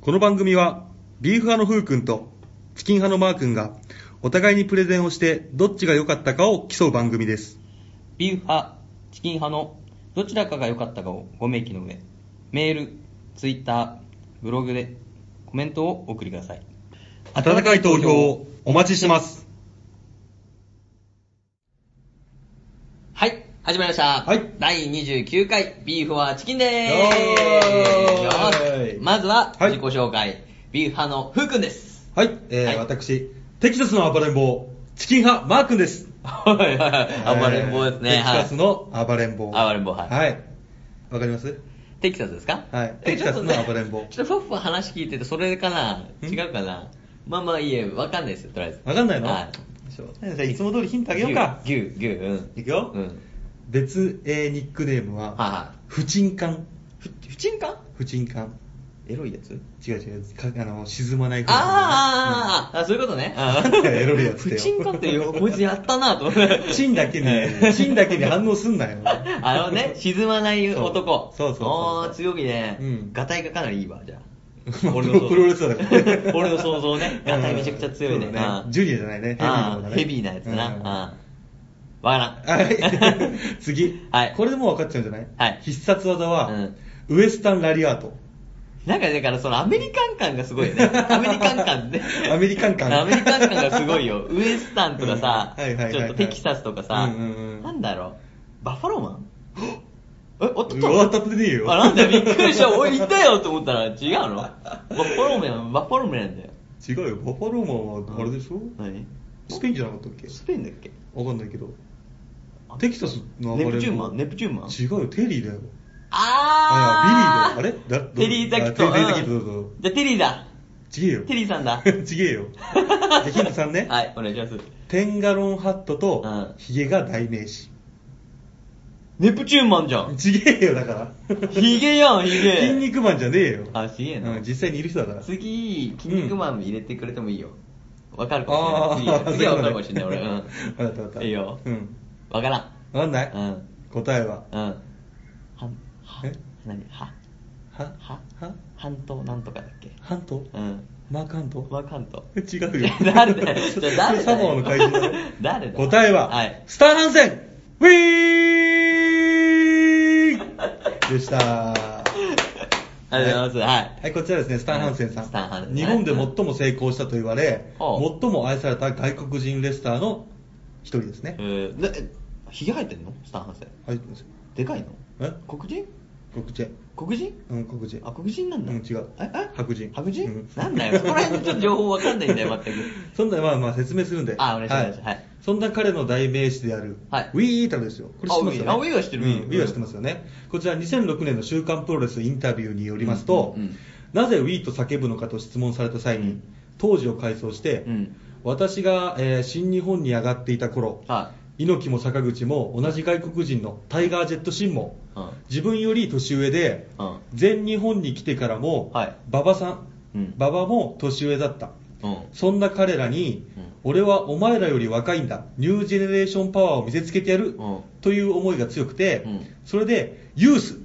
この番組は、ビーフ派のふうくんと、チキン派のマーくんが、お互いにプレゼンをして、どっちが良かったかを競う番組です。ビーフ派、チキン派のどちらかが良かったかをご明記の上、メール、ツイッター、ブログでコメントをお送りください。温かい投票をお待ちしてます。はい、始まりました。はい第29回、ビーフはチキンでよーーす。いまずははい自己紹介、ビーフ派のふうくんです。はい、えーはい私、テキサスの暴れん坊、チキン派マーくんです。はいはいはい暴れん坊ですえーね。テキサスはいの暴れん坊。暴れん坊はいはい。わかりますテキサスですかはいえテキサスの暴れん坊ちょっとねちょっとふわふわ話聞いてて、それかなん違うかなまあまあいいえ、わかんないですよ、とりあえず。わかんないのはい。しょうがないじゃあいつも通りヒントあげようか。牛、牛、牛うん。いくようん。別、えーニックネームはいは、は不沈艦。い。ふ、不沈感不沈艦。エロいやつ違う違う。かあの、沈まないあーあーあーあー、そういうことね。あ ーエロいやつだよ不沈感っていう文字やったなと思って。 チンだけに、チンだけに反応すんなよ。あのね、沈まない男。そうそうそうそうあー強気ね。うんガタイがかなりいいわ、じゃあ。 プロレスラーだから 俺の想像ね。ガタイめちゃくちゃ強いね。うんそうだねあージュニアじゃないねヘビーの方だねあーヘビーなやつな。うんあーわからん。は い。次。はいこれでもう分かっちゃうんじゃないはい必殺技うはん、ウエスタンラリアート。。なんかだからそのアメリカン感がすごいよね。アメリカン感ねアメリカン感アメリカン感がすご いよ。ウエスタンとかさ、うんはいはいはいはいちょっとテキサスとかさ、うんうんうんなんだろう、バッファローマン え、おっとっ終とわったってねえよ。あ、なんだよ、びっくりした。おい、いたよと思ったら違うのバッファローメン、バッファローメンなんだよ。違うよ。バファローマンはあれでしょ何スペインじゃなかったっけスペインだっけわかんないけど。テキサスの暴れネん坊プチューンマンネプチューンマン違うよ、テリーだよ。あーあいやビリーだよあれだテリーザキッあト。テリーザキットうどうぞんじゃあテリ ーだ。ちげえよ。。テリーさんだ ちげえよ。じゃあヒント3ね。 はい、お願いします。テンガロンハットとうんヒゲが代名詞。ネプチューンマンじゃん。ちげえよ、だから。ヒゲやん、ヒゲ。筋肉マンじゃねえよ。あすげえなうん実際にいる人だから。次、筋肉マン入れてくれてもいいよ。わかるかあもあしれない。次次はわかるかもしそうれない、俺。うん。わかったわかった。いいようん。わからん。わかんないうん。答えは。うん。は、はえ、何は、はは、は半島なんとかだっけハントうん。マークハントわかんと。違うよ。誰だよ。じゃあ誰だよサモアの怪人だよ 誰だよ答えは、はい。スターハンセンウィーンでした。 ありがとうございます。はい。はい、こちらですね、スタン・ハンセンさん。スタンハンセン日本で最も成功したと言われ、はい最も愛された外国人レスターの一人ですねえ。ー、なえひげ生えてんのスタンハンセン。はい、どうぞでかいのえ黒人黒人。黒人うん、黒人。あ、黒人なんだ。うん違うええ白人白人、うんなんだよ。そこら辺のちょっと情報わかんないん だよ、全く。そんな、まあまあ説明するんで。あお願いしますはいそんな彼の代名詞である、はいウィータルですよ。これ知ってますよね。あウィーあウィーは知ってるうんウィーウィーは知ってますよね。こちら2006年の週刊プロレスインタビューによりますと、うんうんうんなぜウィーと叫ぶのかと質問された際に、うん当時を回想して、うん私が、えー新日本に上がっていた頃、は猪木も坂口も同じ外国人のタイガー・ジェット・シンも、うん自分より年上で、うん全日本に来てからも、はい馬場さん、うん馬場も年上だった、うんそんな彼らに、うん俺はお前らより若いんだニュージェネレーションパワーを見せつけてやる、うんという思いが強くて、うんそれでユース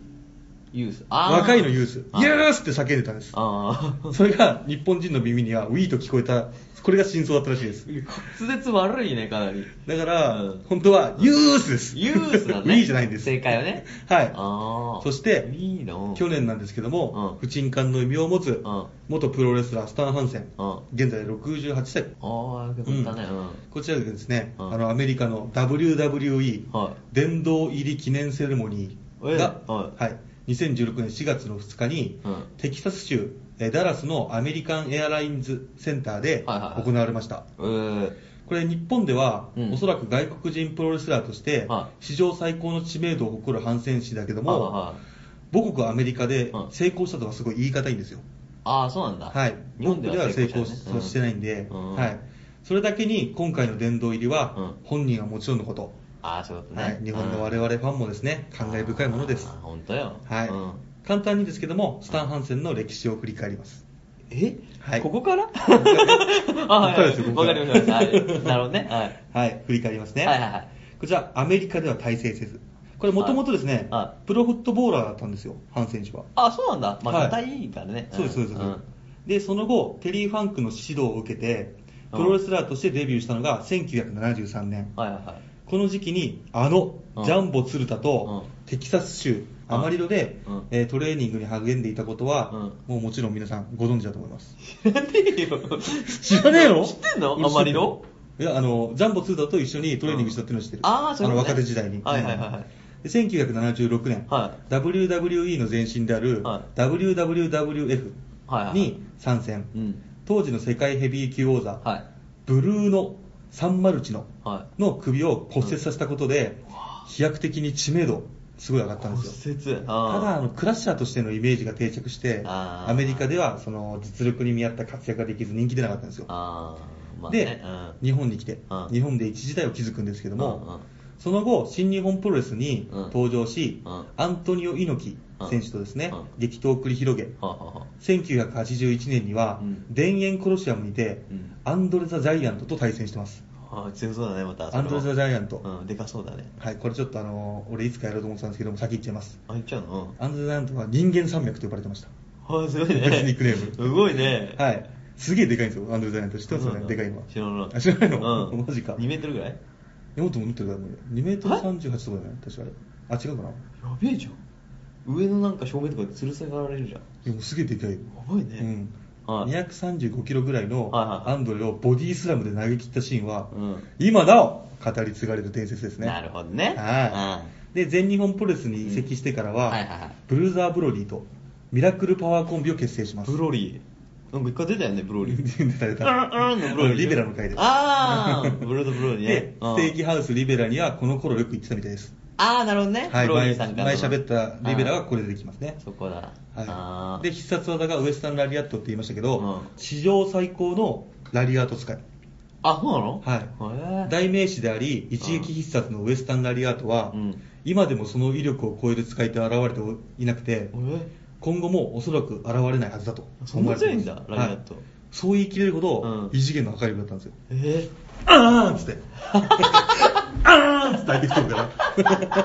ユース。あー若いのユースあユースって叫んでたんですああ。それが日本人の耳にはウィーと聞こえたこれが真相だったらしいです滑舌悪いね、かなり。だから、うん本当はユースです。ユースだねウィーじゃ ないんです。正解はね はい。あーそして、いいの去年なんですけども、う不ん沈感の意味を持つ、ん元プロレスラー、スタン・ハンセン、うん現在68歳。ああ、よかったね。うん。こちらでですね、うんあのアメリカの WWE、は殿堂入り記念セレモニーが、えはいはい、2016年4月の2日に、うんテキサス州えーダラスのアメリカンエアラインズセンターではいはいはい行われました。えー、これ日本では、うんおそらく外国人プロレスラーとして、は史上最高の知名度を誇るハンセン氏だけども、はいはい母国アメリカでうん成功したとはすごい言い難いんですよ、ああ、そうなんだ。はい、日本では成成功功し,、したねてないんで、うんはい、それだけに今回の殿堂入りは、うん本人はもちろんのこと、ああ、そういうことね。はい、日本の我々々ファンもですね感慨深いものです、本当よ。はいうん簡単にですけどもスタン・ハンセンの歴史を振り返りますえ、はいここから あここはかいらはですよい。ここわかからりました。 はいなるほどね。はい。はい、振り返りますね、はいはいはいこちら、アメリカでは大成せず、これ、もともとですねは、プロフットボーラーだったんですよ、ハン選手は。あ、そうなんだ。まはいあ、硬いからね。そうです、そうです、んで、その後、テリー・ファンクの指導を受けて、プロレスラーとしてデビューしたのが1973年。はいはいはい。この時期に、あのう、んジャンボ鶴田とう、テキサス州、うんアマリロでうん、えートレーニングに励んでいたことは、もうもちろん皆さんご存知だと思います。 知らねえよ。知らねえの知ってんの俺あまりの知ってるいや、あの、ジャンボ鶴田と一緒にトレーニングしたっていうのは知ってる。ああ、そういうの、ことね若手時代に。はいはいはいはい。で1976年、は WWE の前身である、は WWWF はいはいに参戦、うん当時の世界ヘビー級王座、はい。ブルーノ・サンマルチノはの首を骨折させたことで、うんうわ飛躍的に知名度すごい上がったんですよ骨折。ただああのクラッシャーとしてのイメージが定着してあーアメリカではその実力に見合った活躍ができず人気出なかったんですよーあー、まあでね。うん、日本に来てうん日本で一時代を築くんですけどうんうんもその後新日本プロレスにうん登場しうんアントニオ猪木選手とですねうん激闘を繰り広げはあはあはあ1981年にはうん田園コロシアムにてうんアンドレ・ザ・ジャイアントと対戦してますあー強そうだね、また。アンドレ・ザ・ジャイアントうん、でかそうだね。はいこれちょっとあの俺いつかやろうと思ってたんですけども先行っちゃいますあ、いっちゃうのアンドレ・ザ・ジャイアントは人間山脈と呼ばれてましたうん。あ、すごいね。別にニックネームすごいね。い。はい。すげえでかいんですよ、アンドレ・ザイアント。知ってますよね、でかいのは。知らない。あ知らないの、うん。マジか。 2メートルぐらいやえもっと持ってるから、もう2メートル38とかじゃない確かあれ。あ、違うかな。いべえじゃん。上のなんか正面とかで吊る下がられるじゃん。や、もうすげえでかいよ。やばいね。うん。はい。 235キロぐらいのはいはいはいアンドレをボディスラムで投げ切ったシーンは、うん今なお語り継がれる伝説ですね。なるほどね。はい。で、全日本プロレスに移籍してからは、うんはいはいはいブルーザー・ブロリーとミラクルパワーコンビを結成しうんます。ブロリー。なんか一回出たよね、ブロリー。出た出たうんうんのブロリー。リベラの回でああ、ブロードブロリでーね、。ステーキハウスリベラにはこの頃よく行ってたみたいです。ああ、なるほどね。はい、ブロリ前ーさんから。前喋ったリベラははこれでできますね。そこだ。あはーい、で、必殺技がウエスタンラリアットって言いましたけど、うん史上最高のラリアット使い。あ、そうなのはい。へえ。代名詞であり、一撃必殺のウエスタンラリアットは、うん今でもその威力を超える使い手は現れていなくて、え今後もおそらく現れないはずだとそんな強いんだ思われてますラリアットはいそう言い切れるほど、うん異次元の破壊力だった んですよ。えあーんっつって。あーんっつって相手来てるか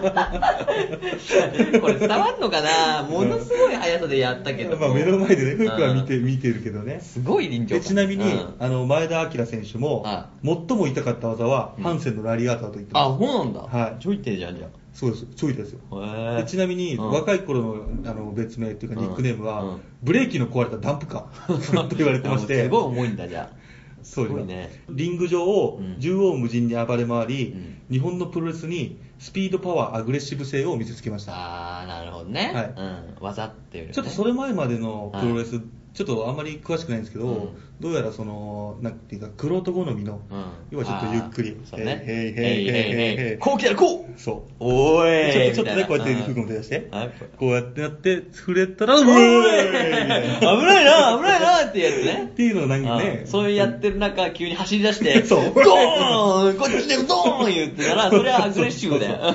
ら。ー これ伝わんのかなものすごい速さでやったけど。まあ目の前でね、フックは見てうん見てるけどね。すごい臨場で感ちなみに、うんあの前田明選手もは、最も痛かった技は、うんハンセンのラリアーターと言ってあ、まそす。うなんだ。はいちょいってじゃん、じゃあ。そうです、ちょいですよ。へえでちなみに、うん若い頃のあの別名というか、ニックネームは、うんブレーキの壊れたダンプカ ーと言われてまして、すごい重いんだ、じゃあ。そうですごいすね。リング上をうん縦横無尽に暴れ回り、うん日本のプロレスにスピード、パワー、アグレッシブ性を見せつけました。あー、なるほどね。はいうん。技っていうよりはねちょっとそれ前までのプロレス、はちょっとあんまり詳しくないんですけど、うんどうやらその、なんていうか、玄人好みの、うん要はちょっとゆっくりあー、そうね。へいへいへいへいへいへいこう来たらこうそう。おーいちょっとちょっとね、みたこういやなって服も手出してはい、こうやってやって、触れたら、うおえーいみーいたい危な ないな、危ないなっていうやつね。っていうのをなんかねうん そういうやってる中、急に走り出して、 そうドーンこっちでドーン言ってた ら、それはアグレッシブだよ。 ア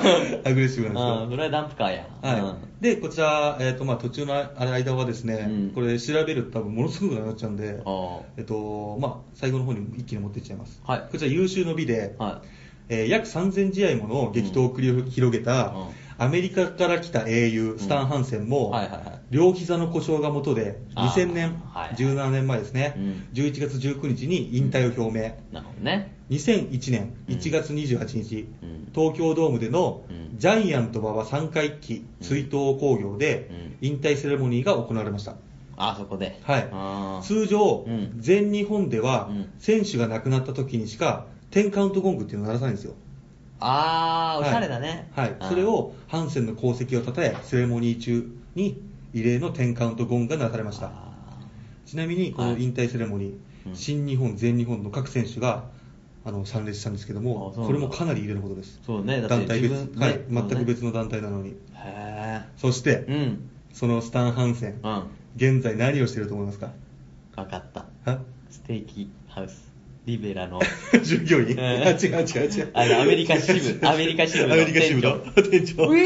グレッシブなうんん、でそれはダンプカーや。すよ。うはんい。で、こちら、えっと、まあ途中の間はですねうん、これ調べると多分ものすごくなくなっちゃうんであ、ーえっと、まあ最後の方に一気に持っていっちゃいます。はいこちら優秀の美で、はい。えー約3000試合もの激闘を繰り広げた、うんアメリカから来た英雄、スタン・ハンセンも、はいはいはい両膝の故障が元で、あー2000年、はい17年前ですね、うん11月19日に引退を表明。なるほどね。 2001年うん1月28日、うん東京ドームでのうんジャイアント馬場3回忌追悼興行でうん引退セレモニーが行われました。あそこで。はあい。ー通常、うん全日本ではうん選手が亡くなった時にしか10カウントゴングっていうのを鳴らさないんですよ。あー、おしゃれだはいね。はい。うんそれ、をハンセンの功績を称え、セレモニー中に異例の10カウントゴングが鳴らされました。あちなみにこの引退セレモニー、うん新日本、全日本の各選手があの参列したんですけどもあ、そうこなんれだもかなり異例のことです。そうねだって団体別、自分はいね、全そうくね別の団体なのに。ーへそして、え。うん。そのスタン・ハンセン、うん。現在何をしてると思いますかわかった。 はステーキハウス、リ ベラの。従業員、うんあ、違う違う違う。あのアメリカ支部アメリカ支部のアメリカ支部の 店長。ウィ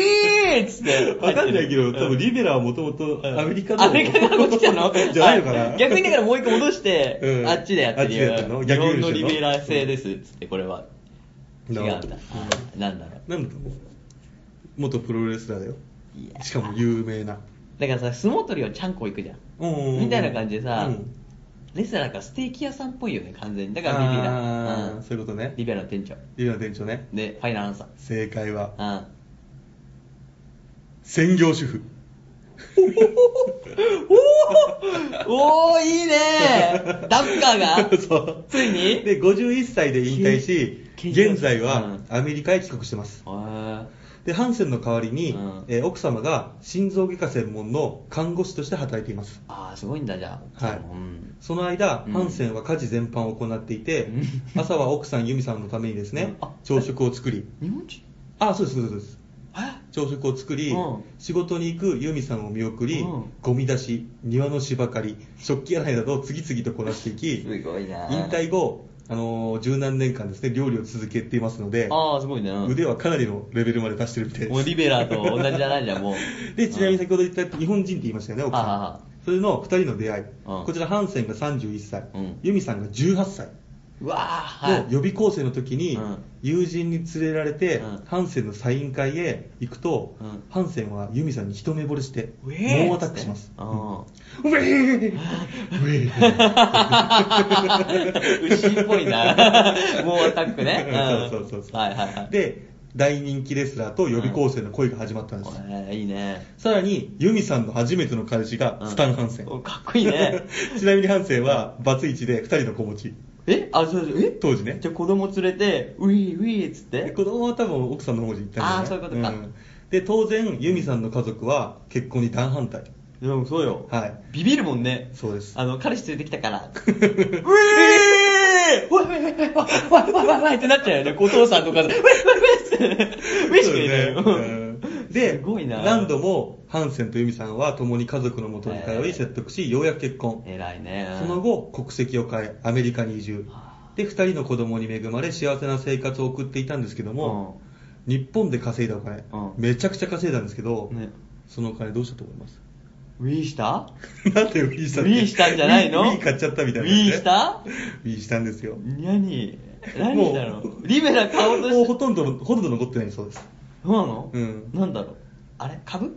ーっつって。わかんないけど、多分リベラはもともとアメリカの。アメリカからこっち来たのじゃないのかなあ逆にだからもう一個戻して、うんあっちでやってあっちるでやってんの日逆輸本入してんののリベラ製です、つってこれは。違うんなるほだ。あどーなんだろう。なんだと思う元プロレスラーだよいや。しかも有名な。だからさ、相撲取りはちゃんこ行くじゃん。うんうんうんみたいな感じでさ、うんレスラーがステーキ屋さんっぽいよね、完全に。だからビビあラ。ーうんそういうことねビビラの店長。リベラの店長ねで、ファイナルアンサ正解はー。うん。 専業主婦おーおーいいねダッカーが そうついにで51歳で引退しけ現在うはんアメリカへ帰国してますあでハンセンの代わりに、うんえー奥様が心臓外科専門の看護師として働いていますあー、すごいんだじゃあ。はいうんその間、うんハンセンは家事全般を行っていて、う朝は奥さん、ユミさんのためにですねあ、朝食を作り、日本人あ、そうです、そうですそうです、え朝食を作り、うん仕事に行くユミさんを見送り、うんゴミ出し、庭の芝刈り、食器洗いなどを次々とこなしていき、すごいな引退後、あのー十何年間ですね、料理を続けていますので、ああ、すごいね。うん腕はかなりのレベルまで達してるみたいです。。もうリベラーと同じじゃないじゃん、もうで、ちなみに先ほど言った日本人って言いましたよね、奥あはさはん。それの2人の出会い。うんこちら、ハンセンが31歳うん、ユミさんが18歳。うんうわー、はのい。予備校生の時にうん友人に連れられて、うんハンセンのサイン会へ行くと、うんハンセンはユミさんに一目惚れしてうえー猛アタックします、ううんんウ ェーウェー牛っぽ いな。もうアタックね。んそうそうそうそうはいはいはい。で大人気レスラーと予備校生の恋が始まったんです、えーいいね。さらにユミさんの初めての彼氏がスタン・ハンセン、おかっこいいね。 ちなみにハンセンはバツイチで2人の子持ちえあ、そうそう。え当時ねじゃあ子供連れて、ウィーウィーっつっでて。子供は多分奥さんの方に行ったんじゃないあーそういうことかんで当然ユミさんの家族は結婚に断反対でもそうよ。はいビビるもんね。そうですあの、彼氏連れてきたから。ウィーわいわいわいわいわいわいわいわいってなっちゃうよね。お父さんとかさ、ウィーウィーウィーって。ウィーしかいないよそうね うんですごいな。何度。もハンセンとユミさんは共に家族のもとに通へいえ説得しようやく結婚偉いね。その後国籍を変えアメリカに移住で2人の子供に恵まれ幸せな生活を送っていたんですけども、日本で稼いだお金、うんめちゃくちゃ稼いだんですけど、ねそのお金どうしたと思いますウィーした なんでウィーしたウィーしたんじゃないのウィーウィー買っちゃったみたいな、ウィーしたウィーしたんですよ何何したのもうリベラ買おうともうほしてとんどのほとんど残ってないそうですそうなの、うんなんだろうあれ株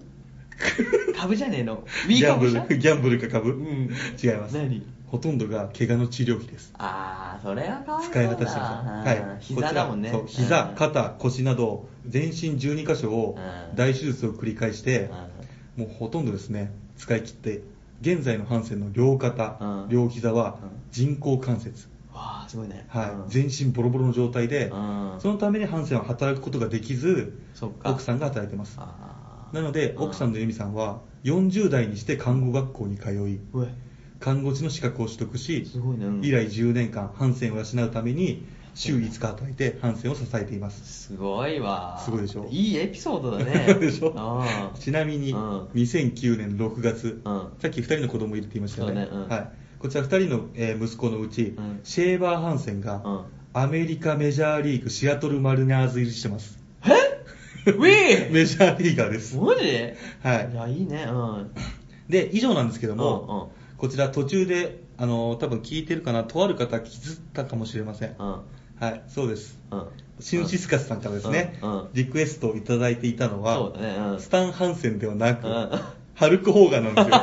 株じゃねえのウィー株ギじャゃンブルギャンブル か株、うん違います何ほとんどが怪我の治療費ですああそれはかわいそうだ使い果たしてました、うんはい、膝だもんねこちらそう膝、うん肩腰など全身12箇所をうん大手術を繰り返してうもうほとんどですね使い切って現在のハンセンの両肩、うん両膝はうん人工関節、わあすごいねはいうん全身ボロボロの状態で、うんそのためにハンセンは働くことができずそっか奥さんが働いてますあーなのでうん奥さんの由美さんは40代にして看護学校に通いうえ看護師の資格を取得しすごいねうん以来10年間ハンセンを養うために週5日与えてハンセンを支えていますすごいわすごいでしょいいエピソードだね でしょうんちなみにうん2009年6月、うんさっき2人の子供いるって言いましたよねそうねうんはい、こちら2人のえー息子のうち、うんシェーバー・ハンセンが、うんアメリカメジャーリーグシアトル・マリナーズ入りしてます えウィーメジャーリーガーですマジはいいや、いいね、うん。で以上なんですけどうんうんも、こちら途中であのー多分聞いてるかなとある方気づったかもしれません、うん。うん。はいそうですシンシスカスさんからですね、うんうんリクエストをいただいていたのは、そうだねうんスタン・ハンセンではなく、うんハルク・ホーガンなんですよ。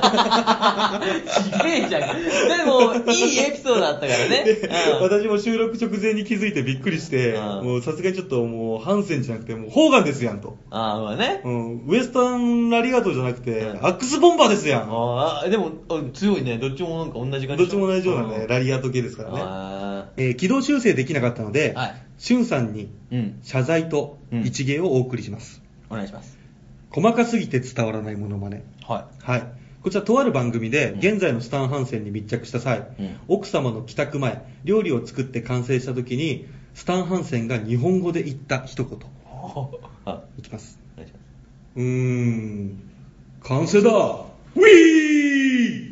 すげえじゃん。でも、いいエピソードだったから ね。うん。私も収録直前に気づいてびっくりして、うんもうさすがにちょっともうハンセンじゃなくて、もうホーガンですやんと。ああ、まあねう。ん、ウエスタンラリアートじゃなくて、うんアックスボンバーですやん。どああ、でも、あ強いね。どっちもなんか同じ感じ。っちも同じようなね、ララリアート系ですからね。あえー軌道修正できなかったので、はいシュンさんにあ。うん。謝罪と一芸をお送りします。お願いします。細かすぎて伝わらないモノマネ。ははい、こちらとある番組でうん現在のスタン・ハンセンに密着した際、うん奥様の帰宅前料理を作って完成した時にスタン・ハンセンが日本語で言った一言い。あ、いきますお願いします。うーん完成だウィー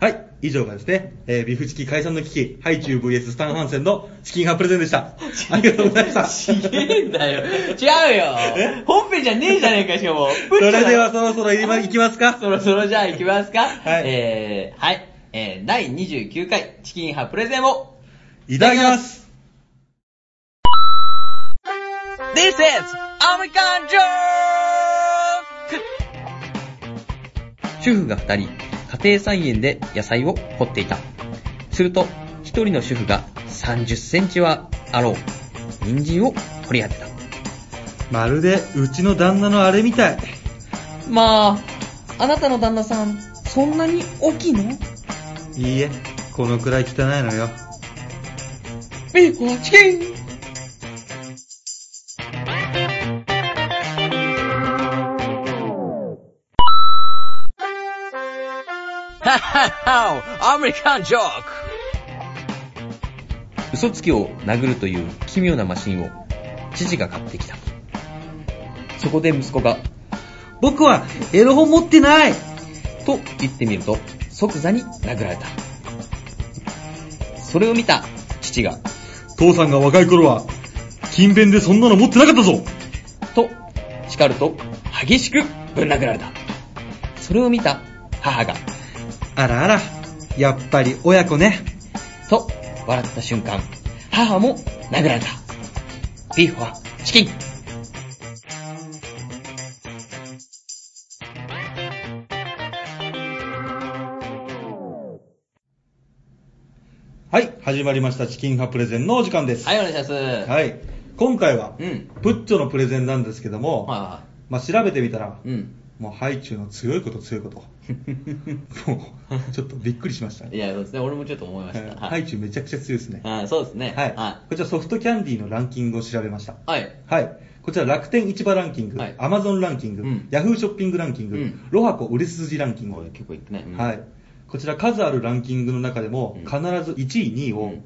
はい以上がですね、えービフチキ解散の危機ハイチュウ VS スタン・ハンセンのチキンハプレゼンでしたありがとうございましたち げえんだよ。違うよ。本編じゃねえじゃねえか、しかも。それではそろそろいりまいきますかそろそろじゃあ行きますか。はいえー、はい。えー、第29回チキン派プレゼンを。いただきます。 This is American Joke! 主婦が2人、庭菜園で野菜を掘っていた。すると、一人の主婦が30センチはあろう、人参を掘り当てた。まるでうちの旦那のあれみたい。まあ、あなたの旦那さん、そんなに大きいのいいえ、このくらい汚いのよ。メイコはチキンアメリカンジョーク嘘つきを殴るという奇妙なマシンを父が買ってきた。そこで息子が、僕はエロ本持ってないと言ってみると即座に殴られた。それを見た父が、父さんが若い頃は、勤勉でそんなの持ってなかったぞと叱ると激しくぶん殴られた。それを見た母が、あらあら、やっぱり親子ね。と笑った瞬間、母も殴られた。ビーフはチキンはい、始まりましたチキン派プレゼンのお時間です。はい、お願いします。はい。今回は、うん。プッチョのプレゼンなんですけども、はまあ調べてみたら、いはい。うん。もうハイチュウの強いこと強いこと。 もう、ちょっとびっくりしましたいね。や、そうですね。俺もちょっと思いましはた。いハイチュウめちゃくちゃ強いですね。はい。そうですね。はい。はこちらソフトキャンディーのランキングを調べました。い。はい。はい。こちら楽天市場ランキング、はいアマゾンランキング、うんヤフーショッピングランキング、うんロハコ売れ筋ランキング、俺結構いってね。うんはい。こちら数あるランキングの中でも、うん必ず1位、2位うをん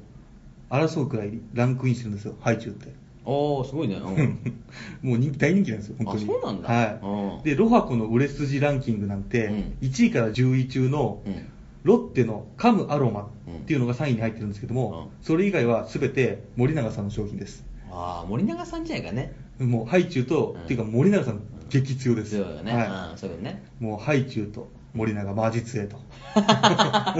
争うくらいランクインしてるんですよ、ハイチュウって。おー、すごいね。うん もう人気大人気なんですよ、本当に。あそうなんだはうんい。で、ロハコの売れ筋ランキングなんてうん、 1位から10位中のう、んロッテのカムアロマっていうのが3位に入ってるんですけども、うそれ以外は全て森永さんの商品です。あー、森永さん時代がね。もうハイチュウと、うんっていうか森永さん激強です。強いよね。はうんそういうことね。い。もうハイチュウと森永マジ強えと。は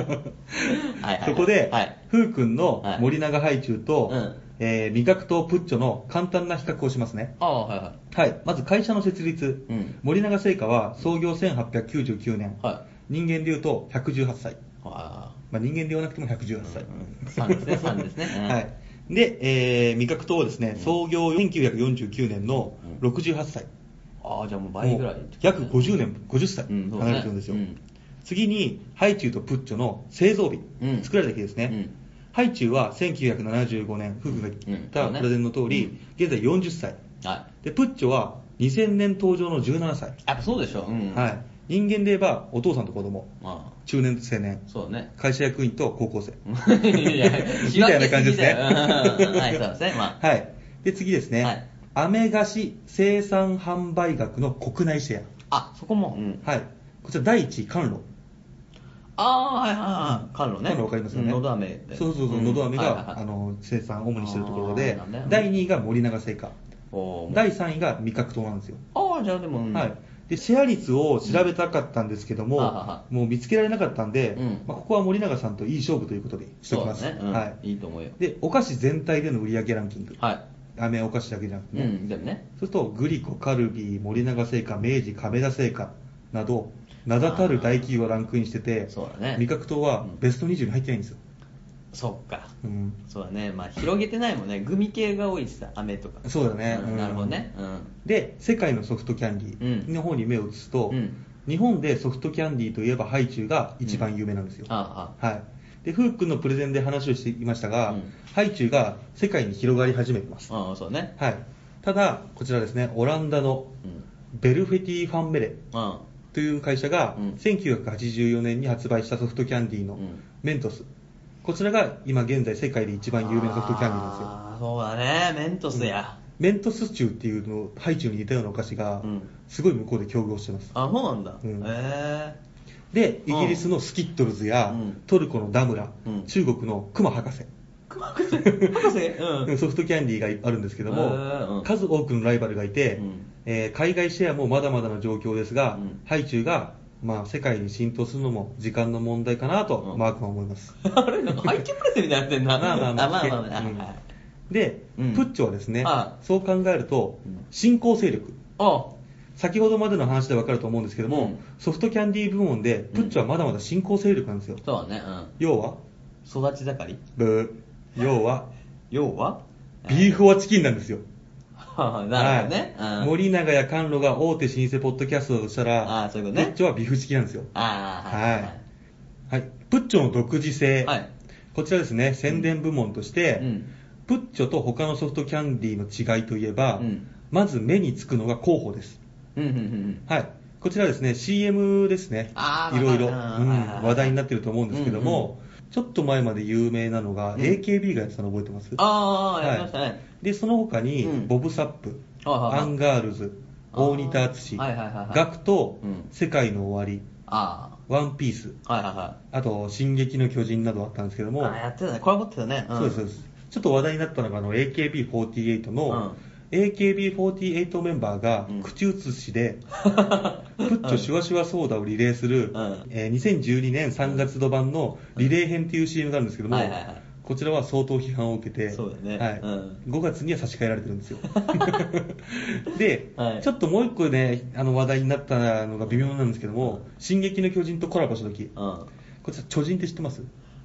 いはい。そこではい。、ふうくんのはい森永ハイチュウとうん、えー味覚とプッチョの簡単な比較をしますね。ああ、はいははい。まず会社の設立い。。うん。森永製菓は創業1899年。は人間で言うと118歳。い。あまあ、人間で言わなくても118ー歳。うんうん。3ですね。3ですね。 うんは。い。で、えー味覚糖ですね、創業1949年の68歳。ああ、じゃあもう倍ぐらいもう。約50年、50歳うんそうですね離れてるんですよ。うん次に、ハイチュウとプッチョの製造日、うん作られた日ですね。うんハイチュウは1975年、夫婦が言っうたんプレゼンの通り、現在40歳。はい。で、プッチョは2000年登場の17歳。やっぱそうでしょ。うん。。はいい。人間で言えば、お父さんと子供、あ中年と青年あ、、そうだね。 会社役員と高校生。いやみたいな感じです ね。 うんはい、そうですね。まあ。はい。で、次ですね。はいアメ菓子生産販売額の国内シェあ、そこも。うん。ア。はい。こちら第1位、甘露。ああー、はいはいはい。カルロね。甘露わかりますよね。うんのど飴で。そうそうそう、んのど飴はいはいはが、いあの、生産主にしてるところあーでなるほどね、第2位が森永製菓。おー第3位が味覚糖なんですよ。ああ、じゃあでも、うんはい。で、シェア率を調べたかったんですけどうんあもはは、もう見つけられなかったんでうん、まあここは森永さんといい勝負ということでしときます。そうだね。うん。はいいと思うよ。い。で、お菓子全体での売り上げランキング。は飴お菓子だけじゃなくい。てうね。ん、でもね。そうすると、グリコ、カルビー、森永製菓、明治、亀田製菓など、名だたる大企業がランクインしてて、そうだね味覚糖はベスト20に入ってないんですよ。そっか。うんそうだね。まあ、広げてないもんね。グミ系が多いしさ、飴とか。そうだねんうんなるほどね。うん。で、世界のソフトキャンディーの方に目を移すと、うん日本でソフトキャンディーといえばハイチュウが一番有名なんですよ。あはい。で、フー君のプレゼンで話をしていましたが、うんハイチュウが世界に広がり始めてます。あ、ああ、そうね。はい。ただ、こちらですね、オランダのうん。ベルフェティ・ファンメレうん。という会社が、うん1984年に発売したソフトキャンディーのうんメントス。こちらが今現在世界で一番有名なソフトキャンディーなんですよ。ああ、そうだね。メントスや。メントスチューっていうの、ハイチュウに似たようなお菓子がうん、すごい向こうで競合してます。あ、そうなんだ。うんへで、イギリスのスキットルズや、うんトルコのダムラ、うん中国のクマ博士、え。博士博士うん。 ソフトキャンディーがあるんですけどへーうも、ん数多くのライバルがいて、うんえー海外シェアもまだまだの状況ですが、うんハイチュウが、まあ、世界に浸透するのも時間の問題かなと、うんマークは思います。あれなんか配給プレゼンみたいになってんな。まあまあまああまあまあまあうんはいはいで、うんプッチョはですねああ、そう考えるとうん、新興勢力、あ先ほどまでの話でわかると思うんですけども、うんソフトキャンディー部門で、プッチョはまだまだ新興勢力なんですよ。そうだね、う要は、ん。育ち盛りブー、要は、 要はビーフォアチキンなんですよ。はあなるほどね。はいうん森永や甘露が大手老舗ポッドキャストだとしたら、ああ、そういうプことね。ッチョはビーフチキンなんですよ。ああ、はい。はい。プッチョの独自性。はいこちらですね、宣伝部門として、うんプッチョと他のソフトキャンディーの違いといえば、うんまず目につくのが候補です。うんうんうんうん。はい。こちらですね、CM ですね。あーいろいろ、うわんかるなはいはいはい話題になってると思うんですけども、ちょっと前まで有名なのが、AKB がやってたの覚えてますああ、やりましたね。はいで、その他に、うんボブ・サップ、はいはいはいアンガールズ、あー大仁田敦、はいはいはいはいガクト、うん世界の終わり、あワンピース、あ、はいはいはい。あと、進撃の巨人などあったんですけども、あやってたね。これ持ってたね。んそうです、そうです。ちょっと話題になったのが、あの、AKB48 の、AKB48 メンバーがうん口移しで、 プッチョシュワシュワソーダをリレーする、うんえー2012年3月度版のリレー編っていう CM があるんですけども、はいはいはいこちらは相当批判を受けて、そうだねはいうん5月には差し替えられてるん ですよ。で、はいちょっともう一個ね、あの話題になったのが微妙なんですけども、進撃の巨人とコラボした時、うん。こちら巨人って知ってます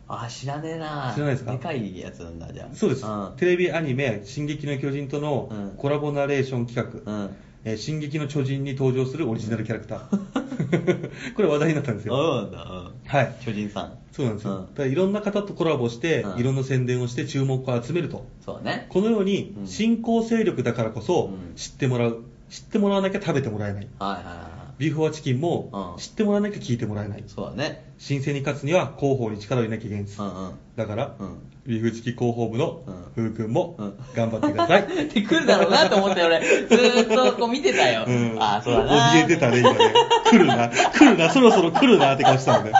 あ、知らねえな知らないですかでかいやつなんだ、じゃあ。そうです、うん。テレビアニメ「進撃の巨人」とうんのコラボナレーション企画「うんえー進撃の巨人」に登場するオリジナルキャラクター これ話題になったんですよそうなんだ、うん。はい巨人さん。そうなんですよ、うだんからいろんな方とコラボして、うんいろんな宣伝をして注目を集めるとそうね。このようにうん新興勢力だからこそうん知ってもらう知ってもらわなきゃ食べてもらえないはいはいはビーフォアチキンもうん知ってもらわなきゃ聞いてもらえないい。そうだね。新鮮に勝つには広報に力を入れなきゃいけないんですうんうん。だから、うん ビーフチキン広報部のふうくんもうん頑張ってください、 ってくるだろうなと思ったよ、俺。ずーっとこう見てたよ。うんああ、そうだな。怯えてたね、今ね。来るな、来るな、そろそろ来るなって顔してたもんね。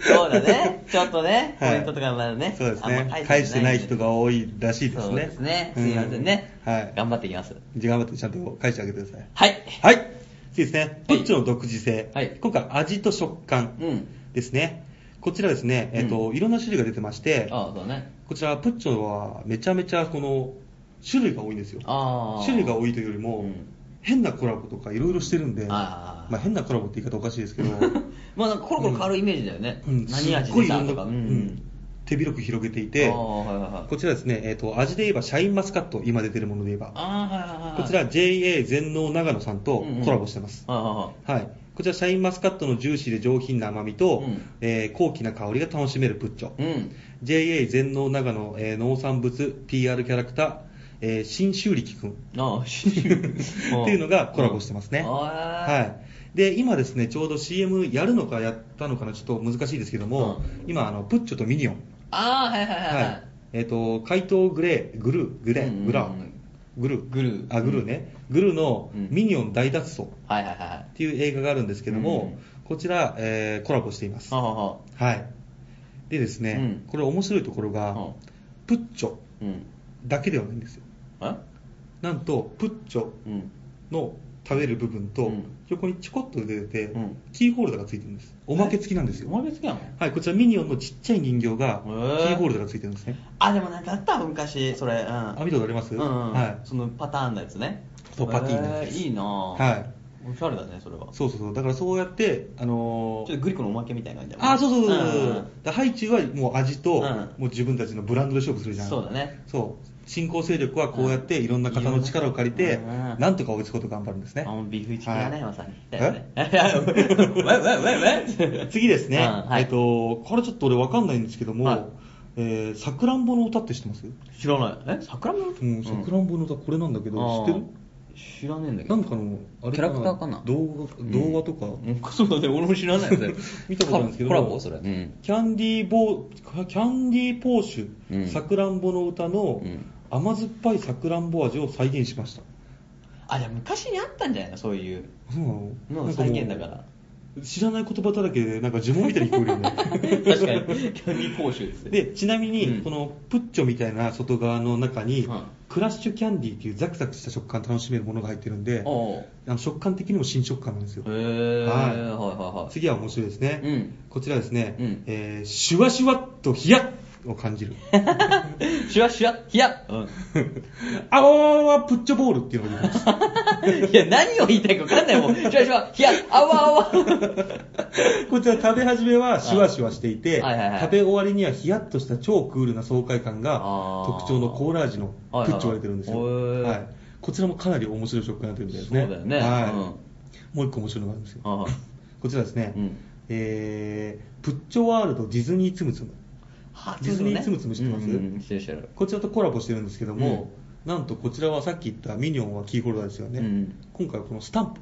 そうだね。ちょっとね、コはいメントとかまだね。そうですあんまね。返してない人多が多いらしいですね。そうですね。すいませんね。うはい。頑張っていきます。じゃあ頑張ってちゃんと返してあげてください。はい。はい。次ですね。プッチョの独自性。はい今回、味と食う感ん。ですね。こちらですね、えっ、と、いろんな種類が出てまして、ああ、そうね。こちら、プッチョはめちゃめちゃこの、種類が多いんですよ。ああ。種類が多い。いというよりも、うん変なコラボとかいろいろしてるんで、あーまあ、変なコラボって言い方おかしいですけ ど、まあ、なんかコロコロ変わるイメージだよね。うん、何味すっごでいいろさんとなか。うん手広く広げていて、ああ、はいはいはい。こちらですね、えっと味で言えばシャインマスカット、今出てるもので言えば、ああ、はいはいはい。こちら JA 全農長野さんとコラボしてます。うんうん。はいはいはい。はい、こちらシャインマスカットのジューシーで上品な甘みと、うんえー高貴な香りが楽しめるプッチョ、うん。 JA 全農長野、えー農産物 PR キャラクター、えー新修力くんああ、シ リーっていうのがコラボしてますね。ははい。で、今ですね、ちょうど CM やるのかやったのかな、ちょっと難しいですけども、今、あの、プッチョとミニオン。い。ああ、はいはいはいはい。。えっ、と、怪盗グレー、グルー、グレうんうんうー、んグラー、グルー。グルーあ、グルーね。グルーのうんミニオン大脱走っはいはいはい。ていう映画があるんですけども、こちら、えーコラボしています。ははは。はい。でですね、うんこれ面白いところが、うんプッチョうん。だけではないんですよ。えなんと、プッチョうん。の食べる部分と、うん横にちょこっと出てて、うんキーホルダーがついてるんですおまけ付きなんですおよ前別やん。はいこちらミニオンのちっちゃい人形がキへーーホルダーがついてるんですねあ、でもなんかあった昔、それ。うん。ああ見たことありますうんうん。はいそのパターンのやつね。そうパティのやつえーいいなぁ。はい。おしゃれだね、それは。ちそうそうそうだからそうやってあょのっーとグリコのおまけみたいな感じだもんあそうそうそうそう、んだからハイチュウはもう味と、うんもう自分たちのブランドで勝負するじゃんそうだねそう新興勢力はこうやっていろんな方の力を借りて、うんうんなんとか追いつくことを頑張るんですね、あもうビーフチキンだはいね、まさに。だよね。えわわわわ 次ですね、うんはいえっと、これちょっと俺わかんないんですけども、はいえー、さくらんぼの歌って知ってます知らない。え桜もうん、さくらんぼの歌これなんだけど、知って知らねえんだるけなど。んかの、あれキャラクターかな動画、動画とか、うんそうだね、俺も知らないよ、それ 見たことあるんですけどコラボそれ。うん。キャンディーボー、キャンディーポーシうュ、んさくらんぼの歌のうん甘酸っぱいさくらんぼ味を再現しました。あ、じゃあ昔にあったんじゃないのそういう。そうなのなのんかもう再現だから知らない言葉だらけで、なんか呪文みたいに聞こえるよね。確かに。キャンディー講習ですね。で、ちなみうに、んこのプッチョみたいな外側の中にうん、クラッシュキャンディーっていうザクザクした食感楽しめるものが入ってるんで、おうあの食感的にも新食感なんですよ。へー、ははいい、はいはいはい。次は面白いですね、うんこちらですね、うんえーシュワシュワっとヒヤッを感 じる。シュワシュワ、ヒヤうんあわわわわプッチョボールっていうのが出てきます。いや、何を言いたいか分かんないもん。シュワシュワ、ヒヤあわ あわ。 こちら食べ始めはシュワシュワしていて、はいはいはい食べ終わりにはヒヤッとした超クールな爽快感があー特徴のコーラ味のプッチョが出てるんですよ。はいはいはいへーはいこちらもかなり面白い食感になってるみたいですね。そうだよねはいうんもう一個面白いのがあるんですよ。あこちらですね、うんえー、プッチョワールドディズニーつむつむ。はディズニーつむつむしてます、うん、してるしてる。こちらとコラボしてるんですけども、なんとこちらはさっき言ったミニオンはキーホルダーですよね、うん今回はこのスタンプ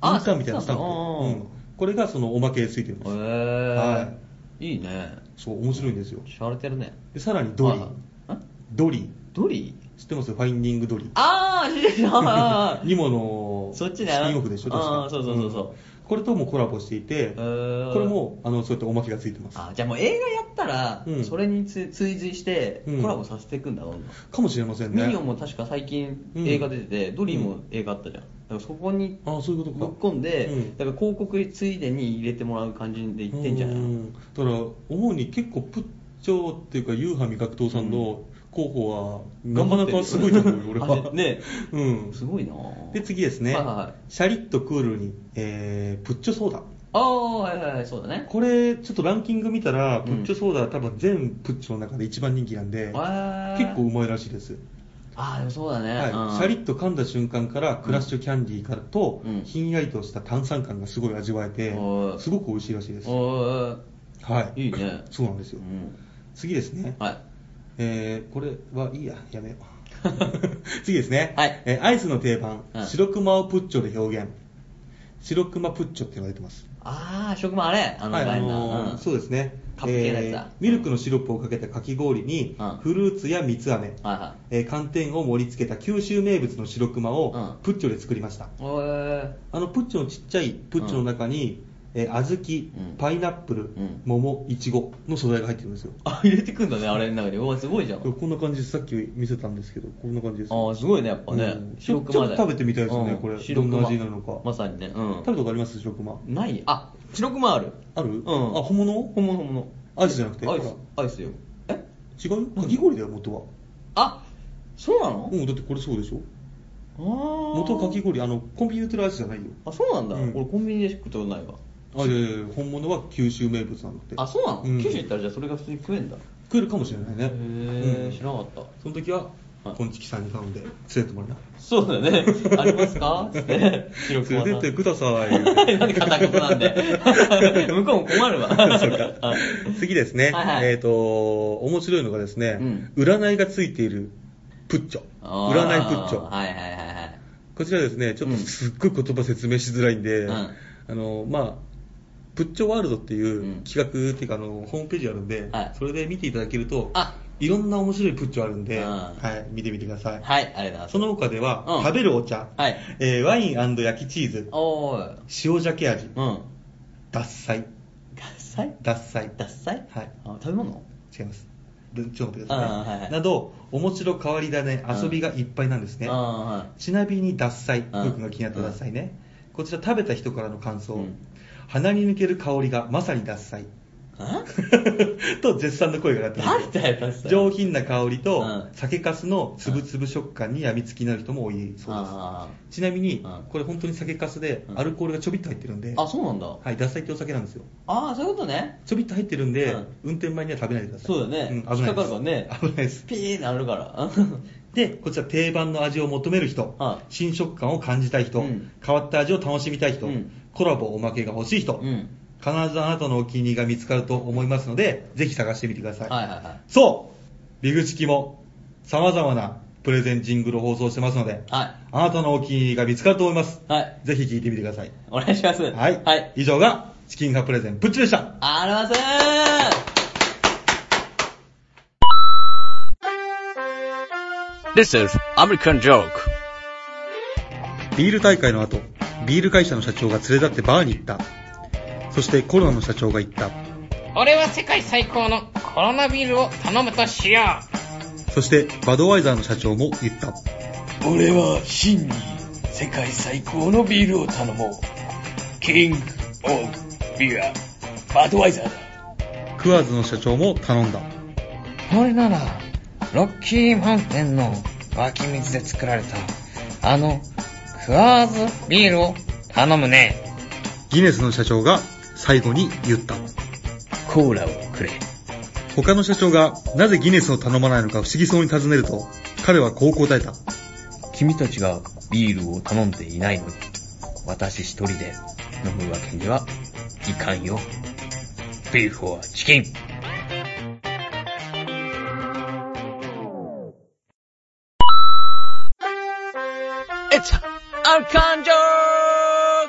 あインカンみたいなスタンプスタンプあーうんこれがそのおまけでついてるんへです、ー。はいいいね。そう面白いんですよしゃれてるね。でさらにドリーあんドリードリ知ってますファインディングドリーああ、知ってる。あーニモのそっちねスピンオフでしょ確かあーそうそうそうそうんこれともコラボしていてーこれもあのそうやっておまけがついてますあじゃあもう映画やったら、うんそれにつ追随してうんコラボさせていくんだろう、かもしれませんねミニオンも確か最近うん映画出てて、ドリーも映画あったじゃんだからそこにあーそういうことぶかっ込んで、うんだから広告ついでに入れてもらう感じでいってんじゃないうだから主に結構プッチョっていうか優派味覚党さんの候補はなかなかすごいと思うよ俺 あはねうんすごいなで次ですね、はいはいはいシャリッとクールに、えー、プッチョソーダああはいはいはいそうだねこれちょっとランキング見たら、んプッチョソーダは多分全プッチョの中で一番人気なんでへー結構うまいらしいですああでもそうだね、はい、うんシャリッと噛んだ瞬間からクラッシュキャンディーからと、うんひんやりとした炭酸感がすごい味わえて、はいすごく美味しいらしいです、おはい、いいねそうなんですーよ、うん次ですね、はいえーこれはいいや、や めよう。次ですね、はいえーアイスの定番、うん白熊をプッチョで表現。白熊プッチョって言われてます。ああ食もあれあのはいバイナーのーうんそうですね。カップ系のやつだえーミルクのシロップをかけたかき氷に、うんフルーツや蜜飴、はいはいえー寒天を盛り付けた九州名物の白熊うんをプッチョで作りました。おーあのプッチョのちっちゃいプッチョの中に、えー小豆、うんパイナップル、ん桃、いちごの素材が入ってるんですよ。あ入れてくんだねあれの中にうわすごいじゃんこんな感じです。さっき見せたんですけど、こんな感じです。ああすごいねやっぱね、うん白熊ちだよょっと食べてみたいですねうんこれ白熊どんな味なのかまさにねうん食べたことあります白熊ないあ白熊あるある、うんあ本物本物本物アイスじゃなくてアイスほアイスよえら違うよかき氷だよ元はあそうなのうんだってこれそうでしょあー元はかき氷あのコンビニで売ってるアイスじゃないよあそうなんだ、うん俺コンビニで食ったことないわあいやいやいや本物は九州名物なんだってあそうなの、ん九州行ったらじゃあそれが普通に食えんだへ食えるかもしれないねえ、うん知らなかったその時ははいこんちきさんに頼んで連れてもらいなそうだよ ねありますかつって白連熊されんてってくだ さいなんで片言なん で向こうも困るわそう かはい次ですね、はいはいえっ、と、面白いのがですね、うん占いがついているプッチョ。あー占いプッチョ。はいはいはいはいこちらですね、ちょっとうんすっごい言葉説明しづらいんで、うんあの、まあ、プッチョワールドっていううん企画っていうか、あの、ホームページあるんで、はいそれで見ていただけるとあ、いろんな面白いプッチョあるんで、うんはい、見てみてください。はい、ありがとうございます。その他では、うん食べるお茶、はいえーワイン焼きチーズ、おーい。塩鮭味、うん。獺祭、ダサい獺祭、ダサいはいあ食べ物違います。でちょっと待ってください、ねうんはいはいなど、面白変わり種、遊びがいっぱいなんですね。うんはちなみに脱菜、ん僕が気になった脱菜ね、こちら食べた人からの感想、うん鼻に抜ける香りがまさに脱菜 あと絶賛の声 が上がってます誰だよ、ダサい。上品な香りと、うん酒粕のつぶつぶ食感に病みつきになる人も多いそうですあちなみに、うんこれ本当に酒粕でうんアルコールがちょびっと入ってるんで、ーあ、そうなんだ。はい、脱菜ってお酒なんですよああ、そういうことね。ちょびっと入ってるんで、うん運転前には食べないでくださいそうだよねん危ない引っでかかるすからね危ないですピーな るから。で、こちら定番の味を求める人、はい新食感を感じたい人、うん変わった味を楽しみたい人、うんコラボおまけが欲しい人、うん必ずあなたのお気に入りが見つかると思いますので、ぜひ探してみてください。はいはいはいそうビフチキも様々なプレゼンジングルを放送してますので、はいあなたのお気に入りが見つかると思います。はい。ぜひ聞いてみてください。お願いします。はい。はい。以上が、チキンカプレゼンプッチでした。あらませー This is American joke. ビール大会の後、ビール会社の社長が連れ立ってバーに行った。そしてコロナの社長が言った。俺は世界最高のコロナビールを頼むとしよう。そして、バドワイザーの社長も言った。俺は真に世界最高のビールを頼もう。キング・オブ・ビア、バドワイザーだ。クワーズの社長も頼んだ。これなら、ロッキーマウンテンの湧き水で作られた、あの、クワーズビールを頼むね。ギネスの社長が最後に言った。コーラをくれ。他の社長がなぜギネスを頼まないのか不思議そうに尋ねると、彼はこう答えた。君たちがビールを頼んでいないのに、私一人で飲むわけにはいかんよ。ビーフォアチキン。 It's Arkan Joke!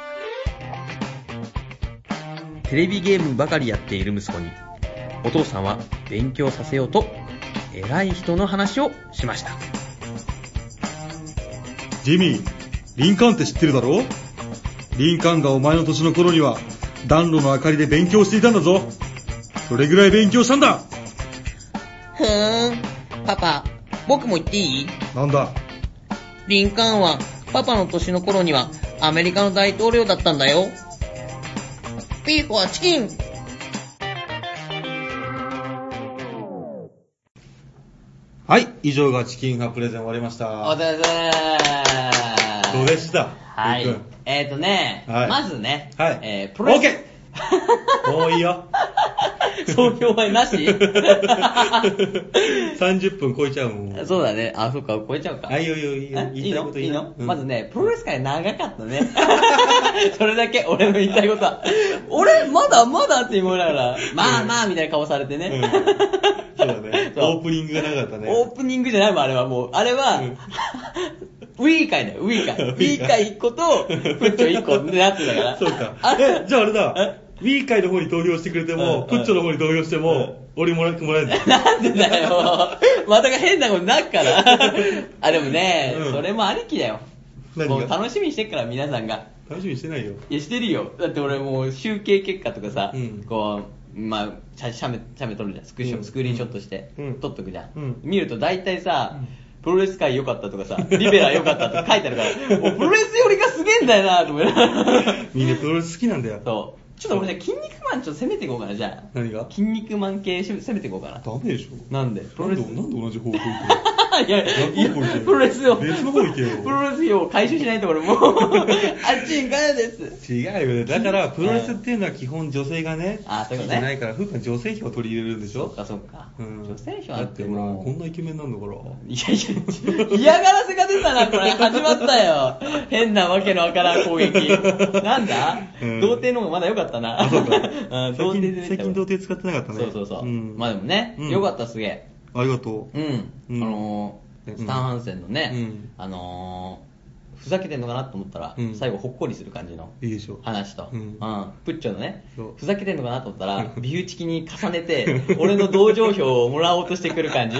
テレビゲームばかりやっている息子に、お父さんは勉強させようと、偉い人の話をしました。ジミー、リンカーンって知ってるだろリンカーンがお前の年の頃には暖炉の明かりで勉強していたんだぞ。それぐらい勉強したんだふーん。パパ、僕も言っていいなんだリンカーンはパパの年の頃にはアメリカの大統領だったんだよ。ピーコはチキンはい、以上がチキンハプレゼン終わりました。お疲れ様です。どうでしたはいゆうくん。えっ、ー、とね、はいまずね、はいえー、プロレス。 OK もういいよ総評はなし 30分超えちゃうもん。そうだね。あ、そっか、超えちゃうか。あいいよいいよいいよえ言いいいたいこのといい言うのうんまずね、プロレス界長かったね。 それだけ俺の言いたいことは。俺、まだまだって言いながら、まあまあみたいな顔されてうん ね。そうだね。そうオープニングがなかったね。オープニングじゃないもん、あれはもう。あれは、うんウィー会だよ、ウィー会。 ウウィィー会ー会1個と、プッチョ1個ってなってたから。 そうか。あえ、じゃああれだえ。ウィー会の方に投票してくれても、うんプッチョの方に投票しても、俺もらも らえない。なんでだよ。 またが変なことになっから。あ、でもね、うんそれもありきだよ。何がもう楽しみにしてっから、皆さんが。楽しみにしてないよ。いや、してるよ。だって俺もう集計結果とかさ、うんこう、まあ、写写メ、写メ撮るじゃん。スクショ、うんスクリーンショットして、うん撮っとくじゃん。うん見ると大体さ、うんプロレス界良かったとかさ、リベラ良かったとか書いてあるか ら、もうプロレスよりがすげえんだよなと思いながらみんなプロレス好きなんだよ。そう。ちょっと俺ね、筋肉マンちょっと攻めていこうかな、じゃあ。何が筋肉マン系し攻めていこうかな。ダメでしょ。なんでプなロんレでスなんで同じ方向行く いや、いやどこ行けよプロレスを、別の方行けよプロレス費を回収しないと俺もう、 あっち行かないです。の違うよね。だから、プロレスっていうのは基本女性がね、あそういう好きことねじゃないから、ふうかん女性票を取り入れるんでしそょっかそっか。うん女性票だあっっててほら、もこんう。なイケメンなんだから。いやいや、嫌がらせが出たな、これ。始まったよ。変なわけのわからん攻撃。なんだ、うん童貞の方がまだ良かったな。あそうか うん童貞最で近、最近童貞使ってなかったね。そうそうそう。んまあでもね、うん良かった、すげえ。ありがとう。うん、うんあのうんー、スタンハンセンのね、うんあのー、ふざけてんのかなと思ったら、うん最後ほっこりする感じのいいでしょ。話と、ううんんプッチョのねそうふざけてんのかなと思ったらうんビューチキに重ねて俺の同情票をもらおうとしてくる 感じ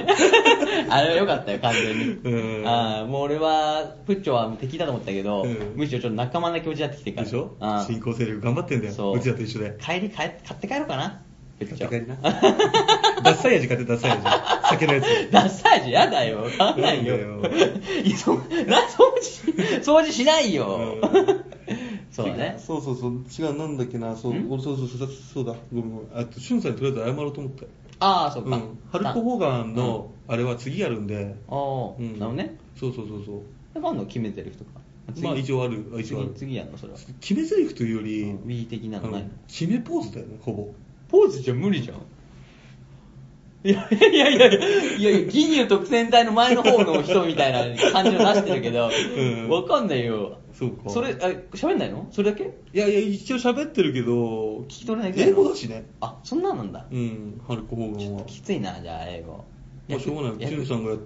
あれは良かったよ完全に、うんあーもう俺はプッチョは敵だと思ったけど、うんむしろちょっと仲間な気持ちになってきてるかでらしょあー新興勢力頑張ってんだよ。そううちらと一緒で。帰り帰っ買って帰ろうかなプッチ買ョって帰りな。ダッサい味買ってダッサい 味。酒のやつ。ダサいじゃやだよ。わかんないよ。なん いだやよ、そ、な、掃除し、掃除しないようん。 そうだね。そうそうそう。違う、なんだっけな。そう、ん俺そうそうそう、そうだ。ごめんごめん。あと、しゅんさんにとりあえず謝ろうと思って。ああ、そっうかん。。ハルク・ホーガンの、あれは次やるんで。ああ、うんなるほどね。。そうそうそうそう。ファンの決めてる人か。まあ一応ある次一応ある次やんの、それは。決め台詞というようり、ん Wii 的なのないあのの決めポーズだよね、ほぼ。ポーズじゃ無理じゃん。いやいやいやいや、いやいや、銀融特選隊の前の方の人みたいな感じの出してるけどうん、わかんないよ。そうかそれ、あ、喋んないのそれだけいやいや、一応喋ってるけど、聞聞き取れないぐらい英の語だしね。あ、そんなんなんだ。うん、ハルク・ホーガちンょっはと。きついな、じゃあ、英語。まあ、しょうがない。訳ジュンさんがやっ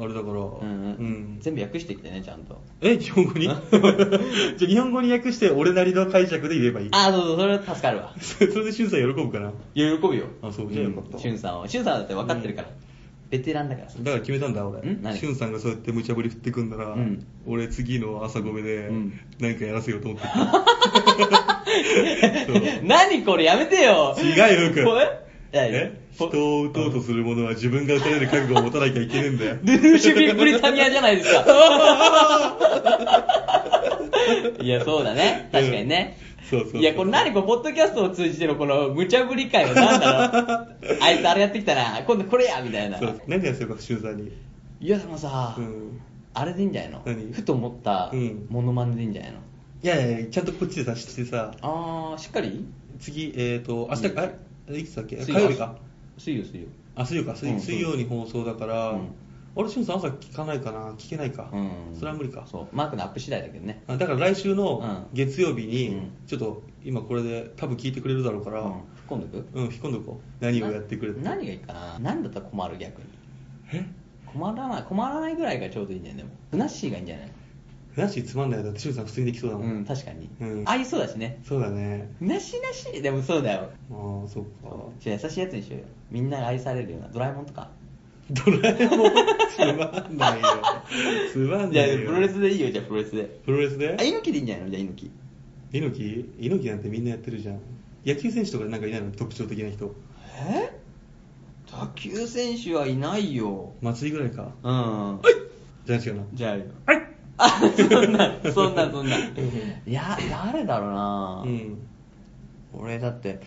あれだから。うんうんうん全部訳してきてね、ちゃんと。え、日本語に じゃあ日本語に訳して、俺なりの解釈で言えばいい。ああ、そうそう、それは助かるわ。 それでしゅんさん喜ぶかな。いや、喜ぶよ。あそうじゃあよかったしゅんさんは。しゅんさんだって分かってるから。ベテランだからさ。だから決めたんだ、俺ん。何しゅんさんがそうやって無茶ぶり振ってくんなら、うん俺次の朝ごめでうん、何かやらせようと思ってる。 何これやめてよ違うよ、よく。これえ人を撃とうとする者は自分が撃たれる覚悟を持たなきゃいけねえんだよ。ルルーシュ・ビッグ・リタニアじゃない ですか。いや、そうだね。確かにね。 そうそうそういや、これ何これ、ポッドキャストを通じてのこの無茶ぶり会は何だ ろうあいつあれやってきたな、今度これや、みたいな。そう何やってるか、俊さんに。いや、でもさ、うんあれでいいんじゃないの何ふと思ったうんモノマネでいいんじゃないの、いやいやいや、ちゃんとこっちで察してさ、あー、しっかり次、えっ、ー、と、明日、あれ、いつだっけ水火曜曜日か。水曜、水曜。あ、水曜か、水,、うん水曜に放送だから、うんあれ、俊さん朝聞かないかな、聞けないか。うん。それは無理か。そう、マークのアップ次第だけどね。あだから来週のうん月曜日うにん、ちょっと今これで多分聞いてくれるだろうから、ううんん、、今度く引っ込んでこう。何をやってくれて。な何がいいかな何だったら困る逆にえ困らない困らないぐらいがちょうどいいんだよねでもふなっしーがいいんじゃないふなっしーつまんないよ。だって俊さん普通にできそうだのも。うんん確かに、うん合いそうだしねそうだね。なしなしでもそうだよああ、そっか。そうちょっと優しいやつにしようよみんなが愛されるようなドラえもんとかドラえもん、つまんないよ。つまんじゃなあいよ。プロレスでいいよじゃあプロレスでプロレスであ猪木でいいんじゃないのじゃあ猪木猪木猪木なんてみんなやってるじゃん野球選手とかなんかいないの特徴的な人え卓球選手はいないよ松井ぐらいかうん、じゃあ違うなじゃあよはいあそんなそんなそんないや誰だろうな、うん俺だって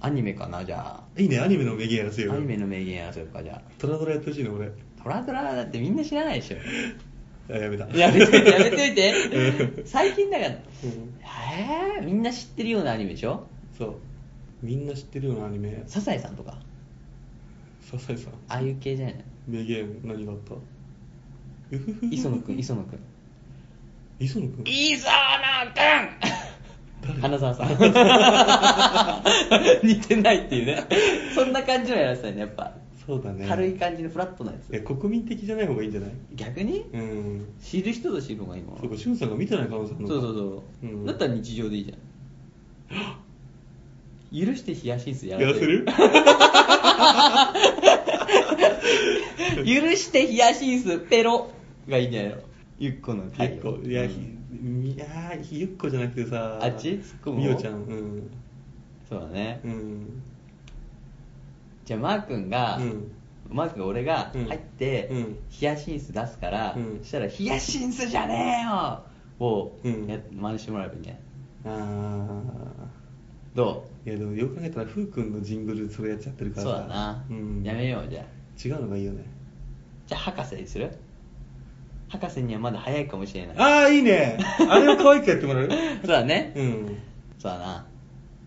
アニメかなじゃいいねアニメの名言やらせよあうアよニメの名言やそうかじゃトラドラやってほしいの俺あトラドラだってみんな知らないでしょあやめた やめといてやめというんて最近だからんえー、みんな知ってるようなアニメでしょそうみんな知ってるようなアニメサザエさんとかサザエさんああいう系じゃないの名言何があったうふふ磯野くん磯野くん磯野くんいいぞーなんくん 花澤さん似てないっていうねそんな感じのやらせたいねやっぱ、そうだね軽い感じのフラットなやつえ国民的じゃない方がいいんじゃない逆に、うん知る人と知る方がいいもんそうかしゅんさんが見てない可能性あるのそうかそうそう、うんだったら日常でいいじゃ ん許してヒヤシンスややららせせるる 許してヒヤシンスペロがいいんじゃないのゆっこのゆ回っこをいや、うんひいやーひゆっこじゃなくてさあっち突っ込む方みおちゃんうんそうだね、うんじゃあマー君が、うんマー君が俺がうん入って、うんヒヤシンス出すから、うんそしたら「ヒヤシンスじゃねえよ!」をうんや、真似してもらえばいいんじゃないあどーいやでもよく考えたらふうくんのジングルそれやっちゃってるうからそうだな、うん、やめようじゃあ違うのがいいよねじゃあ博士にする博士にはまだ早いかもしれないああいいねあれを可愛くやってもら うそうだね、うんそうだな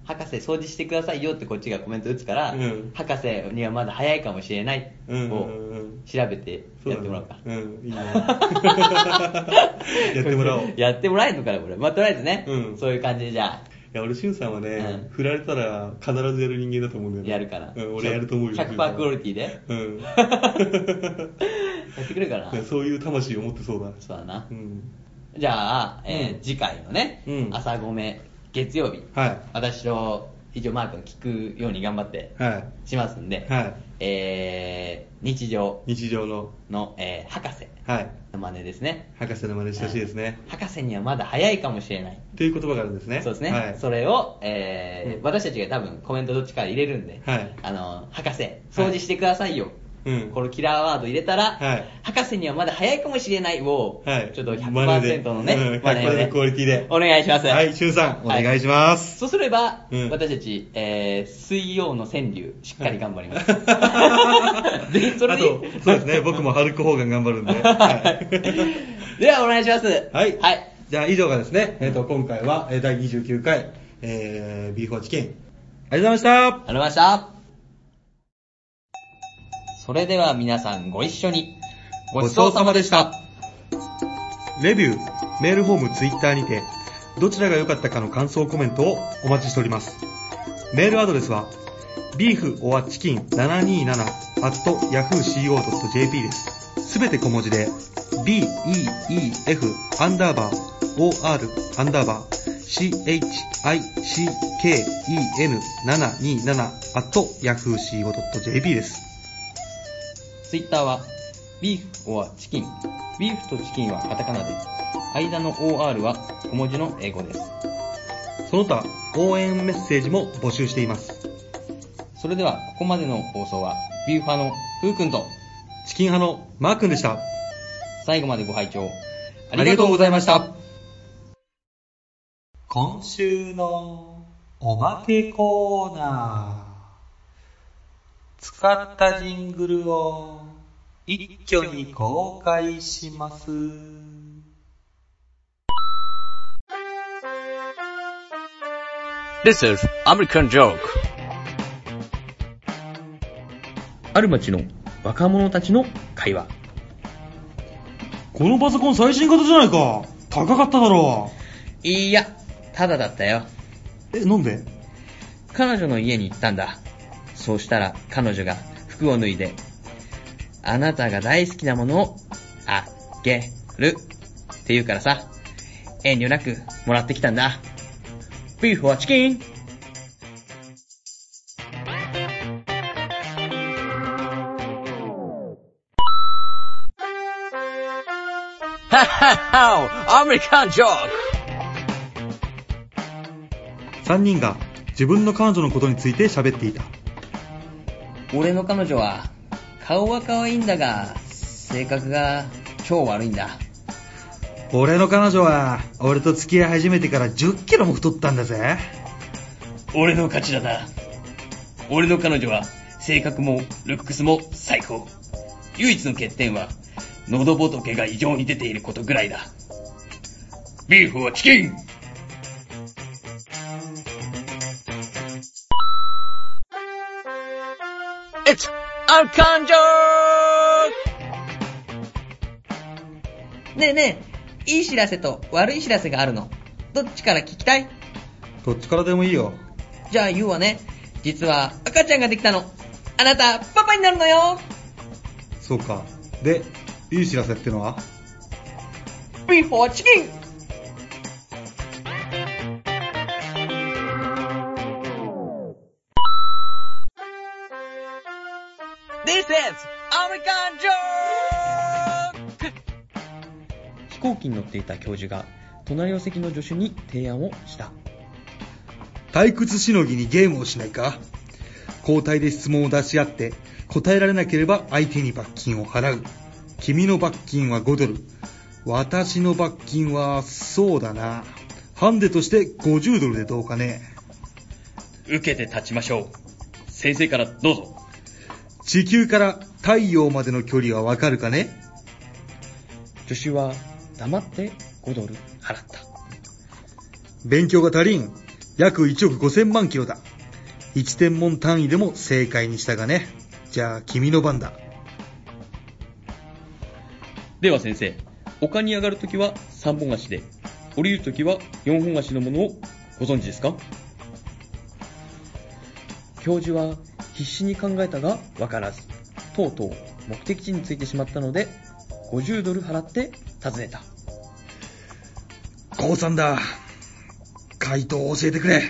博士掃除してくださいよってこっちがコメント打つから、うん博士にはまだ早いかもしれないをうんうんうん調べてそうやっだねてもらおうか、うんい いねやってもらおういやってもらえるのかなこれまあとりあえずね、うんそういう感じでじゃあや俺しゅんさんはね、うん振られたら必ずやる人間だと思うんだよねやるから、うん、俺やると思うよ100%クオリティで うんやってくれるかな、ねそういう魂を持ってそうだそうだな、うんじゃあ、えーうん次回のね、うん朝ごめ月曜日、はい私と一応マー君聞くように頑張ってはしますんで、いはいえー日常日常のの、えー博士はいの真似ですね博士の真似してほしいですね、博士にはまだ早いかもしれないという言葉があるんですねそうですね、はい、それを、えーうん私たちが多分コメントどっちか入れるんで、はいあの博士掃除してくださいよ、うんこのキラーワード入れたら、はい博士にはまだ早いかもしれないを、はいちょっと真似で100%のね、うん真似をね100%クオリティでお願いします。はい、しゅんさん、お願いします。そうすれば、うん私たち、えー水曜の川柳、しっかり頑張り ます。ぜひ、それあでと、そうで すね、僕もハルクホーガン頑張るんで。はいでは、お願いします。はい。はい。じゃあ、以上がですね、えっ、と、今回は、えー第29回、えー、ビーフォーチキン。ありがとうございました。ありがとうございました。それでは皆さんご一緒に。ごちそうさまでした。レビュー、メールフォーム、ツイッターにて、どちらが良かったかの感想コメントをお待ちしております。メールアドレスは、beeforchicken727-yahooco.jp です。すべて小文字で、beef アンダーバー or アンダーバー chicken727-yahooco.jp です。ツイッターは、ビーフ or チキン。ビーフとチキンはカタカナで、間の OR は小文字の英語です。その他、応援メッセージも募集しています。それでは、ここまでの放送は、ビューファーのふうくんと、チキン派のマー君でした。最後までご拝聴ありがとうございました。今週のおまけコーナー。使ったジングルを一挙に公開します。 This is American joke. ある町の若者たちの会話。このパソコン最新型じゃないか。高かっただろいいや、ただだったよ。う。え、なんで彼女の家に行ったんだ。そうしたら彼女が服を脱いで、あなたが大好きなものをあげるって言うからさ、遠慮なくもらってきたんだ。ビーフはチキン Ha ha ha! American joke. 3人が自分の彼女のことについて喋っていた。俺の彼女は、顔は可愛いんだが、性格が超悪いんだ。俺の彼女は、俺と付き合い始めてから10キロも太ったんだぜ。俺の勝ちだな。俺の彼女は、性格も、ルックスも最高。唯一の欠点は、喉仏が異常に出ていることぐらいだ。ビーフはチキン It's American joke. ねえねえ、いい知らせと悪い知らせがあるの。どっちから聞きたいどっちからでもいいよ。じゃあ言うわね。実は赤ちゃんができたの。あなた、パパになるのよそうか。で、いい知らせってのはビーフォーチキン This is American joke. 飛行機に乗っていた教授が、隣の席の助手に提案をした。退屈しのぎにゲームをしないか交代で質問を出し合って、答えられなければ相手に罰金を払う。君の罰金は5ドル。私の罰金は、そうだな。ハンデとして50ドルでどうかね。受けて立ちましょう。先生からどうぞ。地球から太陽までの距離はわかるかね助手は黙って5ドル払った。勉強が足りん。約1億5000万キロだ。1天文単位でも正解にしたがね。じゃあ、君の番だ。では先生、丘に上がるときは3本足で、降りるときは4本足のものをご存知ですか教授は必死に考えたがわからず、とうとう目的地に着いてしまったので、50ドル払って尋ねた。高3だ。回答を教えてくれ。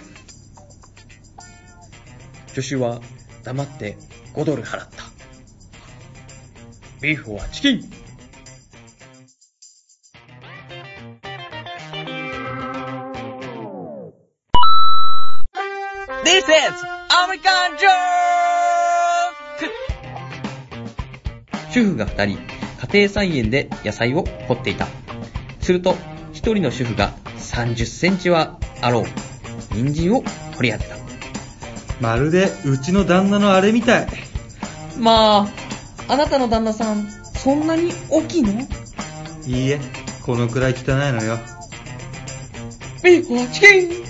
助手は黙って5ドル払った。ビーフはチキン This is American joke. 主婦が2人、家庭菜園で野菜を掘っていた。すると、1人の主婦が30センチはあろう、人参を掘り当てた。まるで、うちの旦那のあれみたい。まあ、あなたの旦那さん、そんなに大きいのいいえ、このくらい汚いのよ。ビーフォーチキン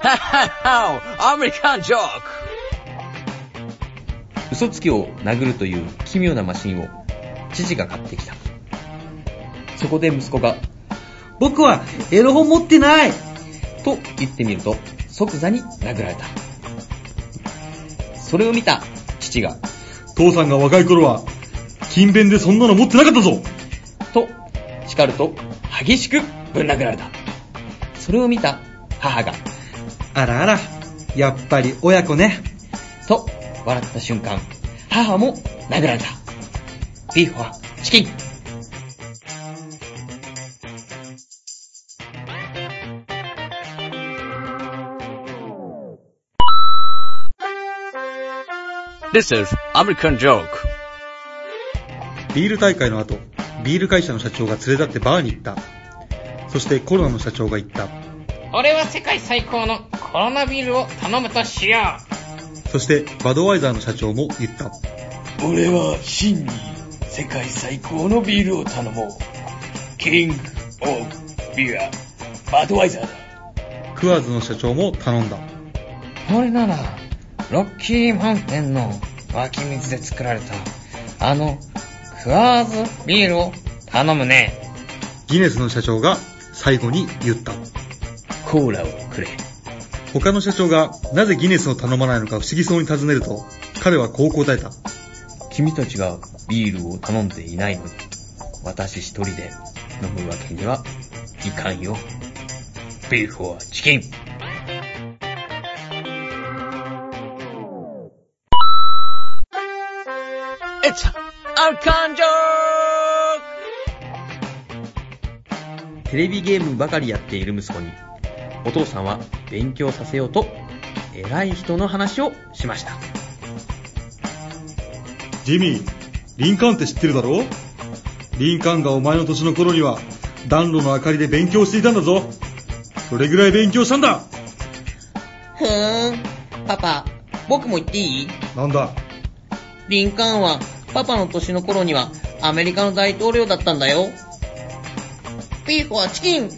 Ha ha ha! American joke. 嘘つきを殴るという奇妙なマシンを、父が買ってきた。そこで息子が、僕は、エロ本持ってないと言ってみると、即座に殴られた。それを見た父が、父さんが若い頃は、勤勉でそんなの持ってなかったぞと、叱ると、激しくぶん殴られた。それを見た母が、あらあら、やっぱり親子ね。と、笑った瞬間、母も殴られた。ビーフォーチキン This This is American joke. ビール大会の後、ビール会社の社長が連れ立ってバーに行った。そしてコロナの社長が言った。俺は世界最高のコロナビールを頼むとしよう。そしてバドワイザーの社長も言った。俺は真に世界最高のビールを頼もう。キング・オブ・ビア、バドワイザーだ。クワーズの社長も頼んだ。これなら、ロッキーマウンテンの湧き水で作られた、あの、クワーズビールを頼むね。ギネスの社長が最後に言った。コーラをくれ。他の社長がなぜギネスを頼まないのか不思議そうに尋ねると、彼はこう答えた。君たちがビールを頼んでいないのに、私一人で飲むわけにはいかんよ。ビーフォアチキン。 It's American joke. テレビゲームばかりやっている息子に、お父さんは勉強させようと、偉い人の話をしました。ジミー、リンカーンって知ってるだろリンカーンがお前の年の頃には暖炉の明かりで勉強していたんだぞ。それぐらい勉強したんだふーん。パパ、僕も言っていいなんだリンカーンは、パパの年の頃には、アメリカの大統領だったんだよ。ビーフはチキン